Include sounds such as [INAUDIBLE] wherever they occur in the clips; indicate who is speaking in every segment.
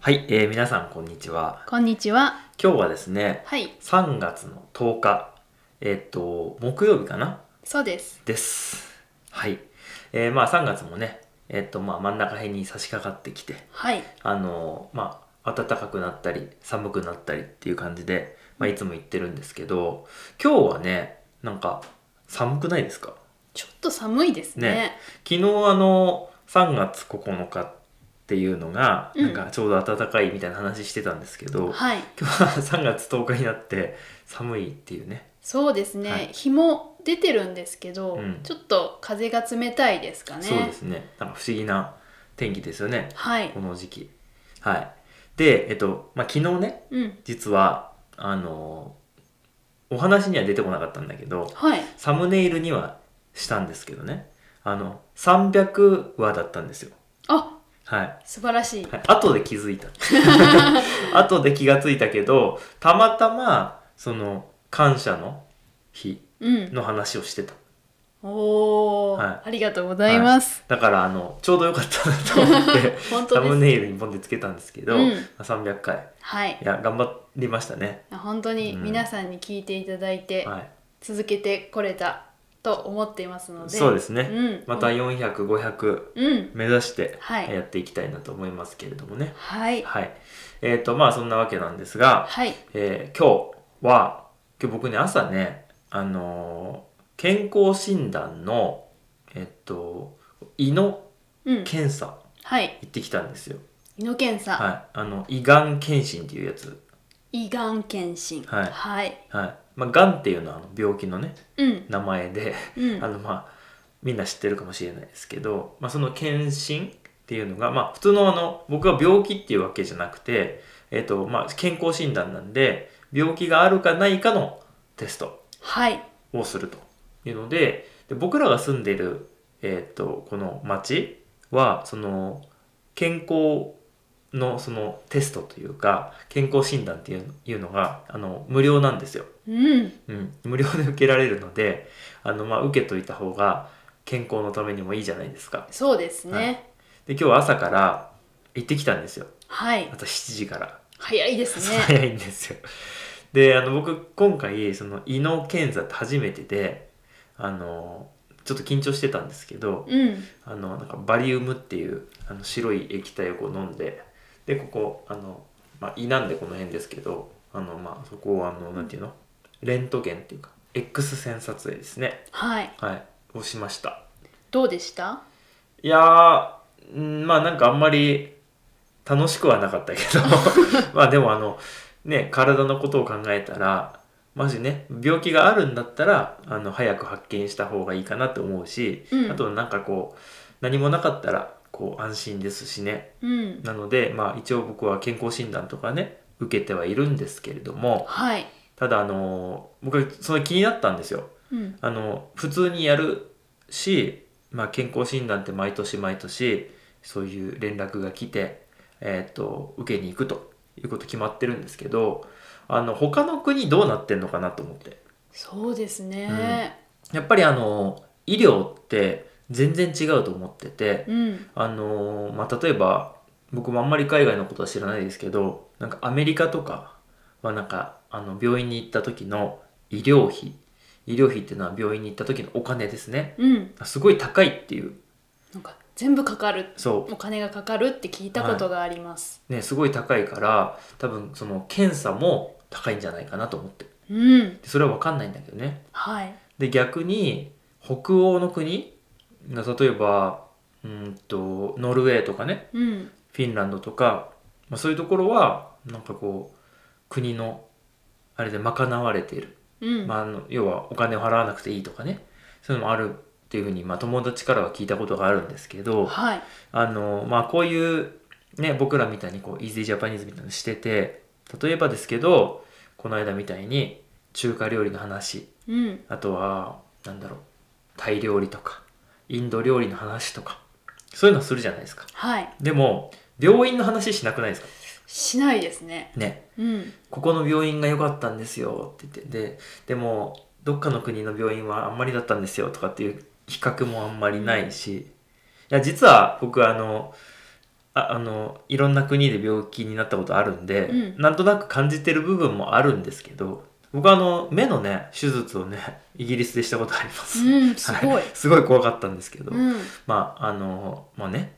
Speaker 1: はい、えー、皆さんこんにちは。
Speaker 2: こんにちは。
Speaker 1: 今日はですね、
Speaker 2: はい、
Speaker 1: 3月の10日、えーっと、木曜日かな
Speaker 2: そうです。
Speaker 1: です。はい。えー、まあ3月もね、えーっと、まあ真ん中辺に差し掛かってきて、
Speaker 2: はい、
Speaker 1: あのーまあ暖かくなったり、寒くなったりっていう感じで、まあいつも言ってるんですけど、今日はね、なんか寒くないですか
Speaker 2: ちょっと寒いですね。
Speaker 1: ね昨日あの3月9日っていうのが
Speaker 2: うん
Speaker 1: なんかちょうど暖かいみたいな話してたんですけど、
Speaker 2: はい、
Speaker 1: 今日は3月10日になって寒いっていうね
Speaker 2: そうですね。
Speaker 1: はい
Speaker 2: 日も出てるんですけど、
Speaker 1: うん
Speaker 2: ちょっと風が冷たいですかね。
Speaker 1: そうですねなんか不思議な天気ですよね
Speaker 2: はい
Speaker 1: こ、の時期はいでえっと、まあ、昨日ね
Speaker 2: うん、
Speaker 1: 実はあのお話には出てこなかったんだけど
Speaker 2: はい、
Speaker 1: サムネイルにはしたんですけどねあの300話だったんですよ
Speaker 2: あ、
Speaker 1: はい
Speaker 2: 素晴らしい。
Speaker 1: はい、後で気づ
Speaker 2: [LAUGHS]
Speaker 1: いた後で気がついたけどたまたまその感謝の日
Speaker 2: うん、
Speaker 1: の話をしてた
Speaker 2: おお、
Speaker 1: はい
Speaker 2: ありがとうございます。
Speaker 1: だからあのちょうどよかったなと思って
Speaker 2: [LAUGHS] 本
Speaker 1: サ
Speaker 2: 当
Speaker 1: ム
Speaker 2: です。
Speaker 1: ネイルに本でつけたんですけど、
Speaker 2: うん
Speaker 1: まあ300回
Speaker 2: はい
Speaker 1: い、や頑張りましたね
Speaker 2: 本当に
Speaker 1: うん
Speaker 2: 皆さんに聞いていただいて、
Speaker 1: はい
Speaker 2: 続けてこれたと思っていますので、
Speaker 1: そうですね、
Speaker 2: うん
Speaker 1: また400500
Speaker 2: うん、
Speaker 1: 目指して
Speaker 2: はい
Speaker 1: やっていきたいなと思いますけれどもね
Speaker 2: はい、
Speaker 1: はいえっ、とまあそんなわけなんですが、
Speaker 2: はい、
Speaker 1: えー今日は今日僕ね朝ねあのー健康診断のえっと胃の
Speaker 2: うん、
Speaker 1: 検査
Speaker 2: はい、
Speaker 1: 行ってきたんですよ
Speaker 2: 胃の検査。
Speaker 1: はいあの胃がん検診っていうやつ
Speaker 2: 胃がん検診
Speaker 1: はい
Speaker 2: はい、
Speaker 1: はいまあがんっていうのはあの病気のね
Speaker 2: うん
Speaker 1: 名前で
Speaker 2: うん
Speaker 1: あのまあみんな知ってるかもしれないですけど、まあ、その検診っていうのがまあ普通のあの僕は病気っていうわけじゃなくてえっとまあ健康診断なんで病気があるかないかのテスト
Speaker 2: はい
Speaker 1: をするというのでで僕らが住んでいる、えー、とこの町はその健康のそのテストというか健康診断っていういうのがあの無料なんですよ、
Speaker 2: うん
Speaker 1: うん、無料で受けられるのであの、まあ、受けといた方が健康のためにもいいじゃないですか
Speaker 2: そうですね
Speaker 1: で今日は朝から行ってきたんですよ
Speaker 2: はい、
Speaker 1: 朝7時から
Speaker 2: 早いですね
Speaker 1: 早いんですよであの僕今回その胃の検査って初めてであのちょっと緊張してたんですけど
Speaker 2: うん
Speaker 1: あのなんかバリウムっていうあの白い液体をこう飲んででここあの、まあ、胃なんでこの辺ですけどあの、まあ、そこをあのなんていうのレントゲンっていうか X 線撮影ですね
Speaker 2: はい
Speaker 1: はいをしました
Speaker 2: どうでした
Speaker 1: いやーんまあなんかあんまり楽しくはなかったけど [LAUGHS] まあでもあのね体のことを考えたらマジね病気があるんだったらあの早く発見した方がいいかなと思うし、
Speaker 2: うん
Speaker 1: あとなんかこう何もなかったらこう安心ですしね
Speaker 2: うん
Speaker 1: なのでまあ一応僕は健康診断とかね受けてはいるんですけれども
Speaker 2: はい
Speaker 1: ただあの僕それ気になったんですよ
Speaker 2: うん
Speaker 1: あの普通にやるし、まあ、健康診断って毎年毎年そういう連絡が来て、えーっと受けに行くということ決まってるんですけどあの他の国どうなってんのかなと思って
Speaker 2: そうですね
Speaker 1: やっぱりあの医療って全然違うと思ってて
Speaker 2: うん
Speaker 1: あの、まあ、例えば僕もあんまり海外のことは知らないですけどなんかアメリカとかはなんかあの病院に行った時の医療費医療費っていうのは病院に行った時のお金ですね
Speaker 2: うん
Speaker 1: すごい高いっていう
Speaker 2: なんか全部かかる
Speaker 1: そ
Speaker 2: お金がかかるって聞いたことがあります、
Speaker 1: うねすごい高いから多分その検査も高いんじゃないかなと思って
Speaker 2: うん
Speaker 1: でそれは分かんないんだけどね
Speaker 2: はい
Speaker 1: で逆に北欧の国例えばうーんとノルウェーとかね
Speaker 2: うん
Speaker 1: フィンランドとか、まあ、そういうところはなんかこう国のあれで賄われている
Speaker 2: うん、
Speaker 1: まあ、あの要はお金を払わなくていいとかねそういうのもあるっていうふうに、まあ、友達からは聞いたことがあるんですけど
Speaker 2: はい
Speaker 1: あのまあこういうね僕らみたいにこうイージージャパニーズみたいなのしてて例えばですけどこの間みたいに中華料理の話
Speaker 2: うん
Speaker 1: あとはなんだろうタイ料理とかインド料理の話とかそういうのするじゃないですか
Speaker 2: はい
Speaker 1: でも病院の話しなくないですか
Speaker 2: しないですね
Speaker 1: ね [LAUGHS]
Speaker 2: うん
Speaker 1: ここの病院が良かったんですよって言ってででもどっかの国の病院はあんまりだったんですよとかっていう比較もあんまりないしいや実は僕あのああのいろんな国で病気になったことあるんで、
Speaker 2: うん
Speaker 1: なんとなく感じてる部分もあるんですけど僕はあの目のね手術をねイギリスでしたことあります、
Speaker 2: うんすご、
Speaker 1: はいすごい怖かったんですけど、
Speaker 2: うん
Speaker 1: まああのまあね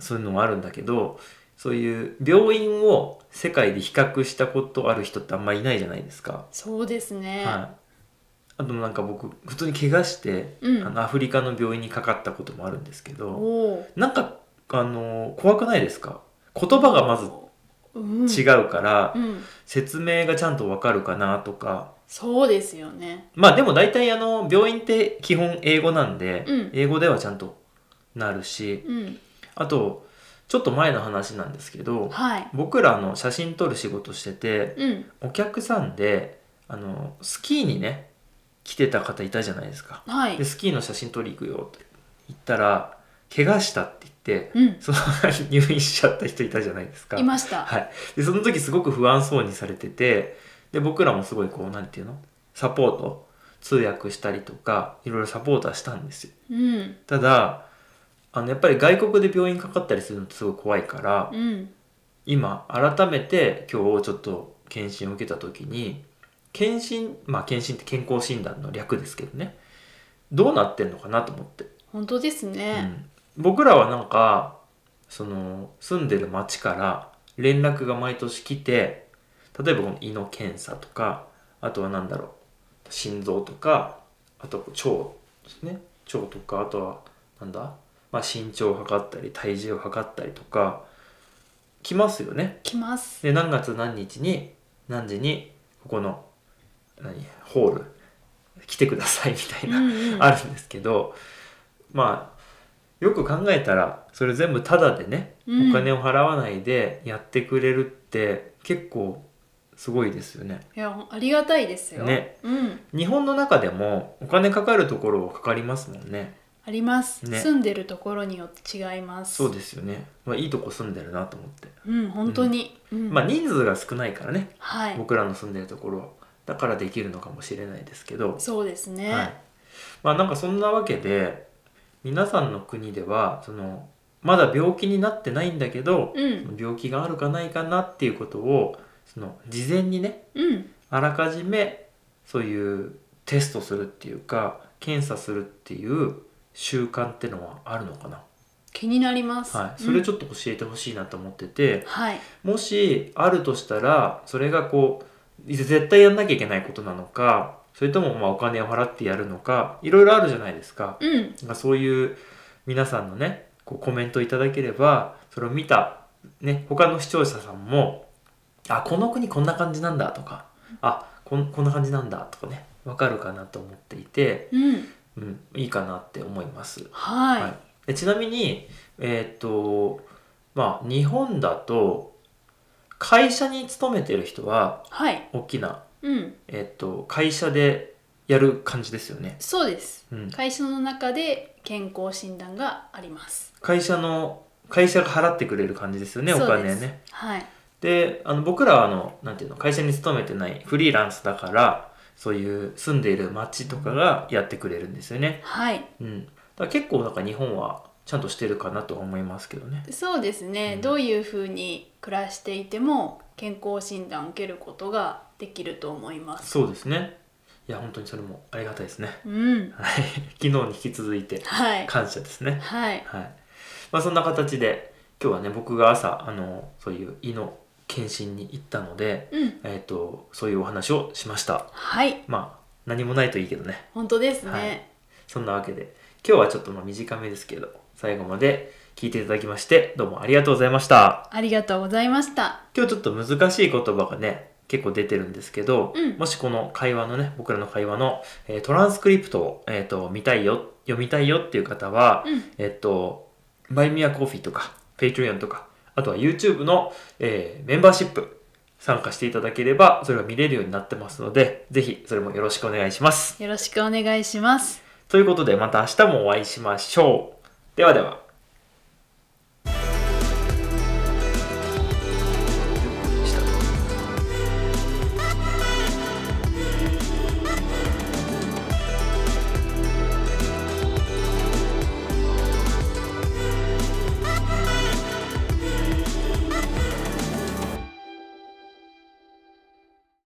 Speaker 1: そういうのもあるんだけどそういう病院を世界で比較したことある人ってあんまりいないじゃないですか。
Speaker 2: そうですね、
Speaker 1: はいあとなんか僕普通に怪我して、
Speaker 2: うん
Speaker 1: あのアフリカの病院にかかったこともあるんですけど
Speaker 2: おお、
Speaker 1: なんかあの怖くないですか言葉がまず
Speaker 2: うん、
Speaker 1: 違
Speaker 2: う、
Speaker 1: うから、
Speaker 2: ん、
Speaker 1: 説明がちゃんとわかるかなとか
Speaker 2: そうですよね
Speaker 1: まあでも大体あの病院って基本英語なんで、
Speaker 2: うん
Speaker 1: 英語ではちゃんとなるし
Speaker 2: うん
Speaker 1: あとちょっと前の話なんですけど
Speaker 2: はい
Speaker 1: 僕らあの写真撮る仕事してて
Speaker 2: うん
Speaker 1: お客さんであのスキーにね来てた方いたじゃないですか。
Speaker 2: はい
Speaker 1: でスキーの写真撮り行くよって言ったら怪我したって言って
Speaker 2: うん
Speaker 1: その入院しちゃった人いたじゃないですか
Speaker 2: いました、
Speaker 1: はい、でその時すごく不安そうにされててで僕らもすごいこうなんていうのサポート通訳したりとかいろいろサポートはしたんですよ
Speaker 2: うん
Speaker 1: ただあのやっぱり外国で病院かかったりするのってすごい怖いから
Speaker 2: うん
Speaker 1: 今改めて今日ちょっと検診を受けた時に検診まあ検診って健康診断の略ですけどねどうなってんのかなと思って
Speaker 2: 本当ですね、
Speaker 1: うん、僕らはなんかその住んでる町から連絡が毎年来て例えばこの胃の検査とかあとは何だろう心臓とかあと腸ですね腸とかあとはなんだ、まあ、身長を測ったり体重を測ったりとか来ますよね
Speaker 2: 来ます
Speaker 1: で何月何日に何時にここの何ホール来てくださいみた
Speaker 2: う
Speaker 1: い
Speaker 2: ん
Speaker 1: な
Speaker 2: うん
Speaker 1: あるんですけどまあよく考えたらそれ全部タダでね
Speaker 2: うん
Speaker 1: お金を払わないでやってくれるって結構すごいですよね。
Speaker 2: いやありがたいですよ
Speaker 1: ね
Speaker 2: うん
Speaker 1: 日本の中でもお金かかるところはかかりますもんね。
Speaker 2: あります、
Speaker 1: ね
Speaker 2: 住んでるところによって違います
Speaker 1: そうですよね。まあいいとこ住んでるなと思って。
Speaker 2: うん本当に、うん
Speaker 1: まあ人数が少ないからね、
Speaker 2: はい
Speaker 1: 僕らの住んでるところは。だからできるのかもしれないですけど。
Speaker 2: そうですね、
Speaker 1: はい、まあなんかそんなわけで皆さんの国ではそのまだ病気になってないんだけど、
Speaker 2: うん
Speaker 1: 病気があるかないかなっていうことをその事前にね
Speaker 2: うん
Speaker 1: あらかじめそういうテストするっていうか検査するっていう習慣ってのはあるのかな、
Speaker 2: 気になります、
Speaker 1: はい、それち
Speaker 2: ょっ
Speaker 1: ょっと教えてほしいなと思ってて
Speaker 2: と、はい
Speaker 1: もしあるとしたらそれがこう絶対やんなきゃいけないことなのかそれともまあお金を払ってやるのかいろいろあるじゃないですか
Speaker 2: うん
Speaker 1: なんかそういう皆さんのねこうコメントいただければそれを見た、ね、他の視聴者さんも「あこの国こんな感じなんだ」とか「あこんこんな感じなんだ」とかねわかるかなと思っていて、
Speaker 2: うん
Speaker 1: うん、いいかなって思います。
Speaker 2: はい、
Speaker 1: はいでちなみにえーっとまあ日本だと会社に勤めてる人は
Speaker 2: はい、
Speaker 1: 大きな、
Speaker 2: うん、
Speaker 1: えーっと会社でやる感じですよね。
Speaker 2: そうです。
Speaker 1: うん、
Speaker 2: 会社の中で健康診断があります。
Speaker 1: 会社の会社が払ってくれる感じですよねお
Speaker 2: そう
Speaker 1: 金
Speaker 2: です
Speaker 1: ね。
Speaker 2: はい、
Speaker 1: であの僕らはあのなんていうの会社に勤めてないフリーランスだからそういう住んでいる町とかがやってくれるんですよね。
Speaker 2: はい、
Speaker 1: うん、だから結構なんか日本はちゃんとしてるかなとは思いますけどね。
Speaker 2: そうですね。
Speaker 1: うん
Speaker 2: どういう風に暮らしていても健康診断を受けることができると思います。
Speaker 1: そうですね。いや本当にそれもありがたいですね。
Speaker 2: うん、
Speaker 1: はい、 [LAUGHS] 昨日に引き続いて
Speaker 2: はい、
Speaker 1: 感謝ですね。
Speaker 2: はい、
Speaker 1: はい。まあそんな形で今日はね僕が朝あのそういう胃の検診に行ったので、
Speaker 2: うん、
Speaker 1: えっ、とそういうお話をしました。
Speaker 2: はい、
Speaker 1: まあ何もないといいけどね
Speaker 2: 本当です
Speaker 1: はい
Speaker 2: ね。
Speaker 1: そんなわけで今日はちょっとまあ短めですけど最後まで聞いていただきましてどうもありがとうございました
Speaker 2: ありがとうございました。
Speaker 1: 今日ちょっと難しい言葉がね結構出てるんですけど、
Speaker 2: うん
Speaker 1: もしこの会話のね僕らの会話の、えートランスクリプトを、えー、と見たいよ読みたいよっていう方は、
Speaker 2: うん、
Speaker 1: えっとバイミアコーフィーとか Patreon とかあとは YouTube の、えーメンバーシップ参加していただければそれが見れるようになってますのでぜひそれもよろしくお願いします
Speaker 2: よろしくお願いします。
Speaker 1: ということでまた明日もお会いしましょう。ではでは。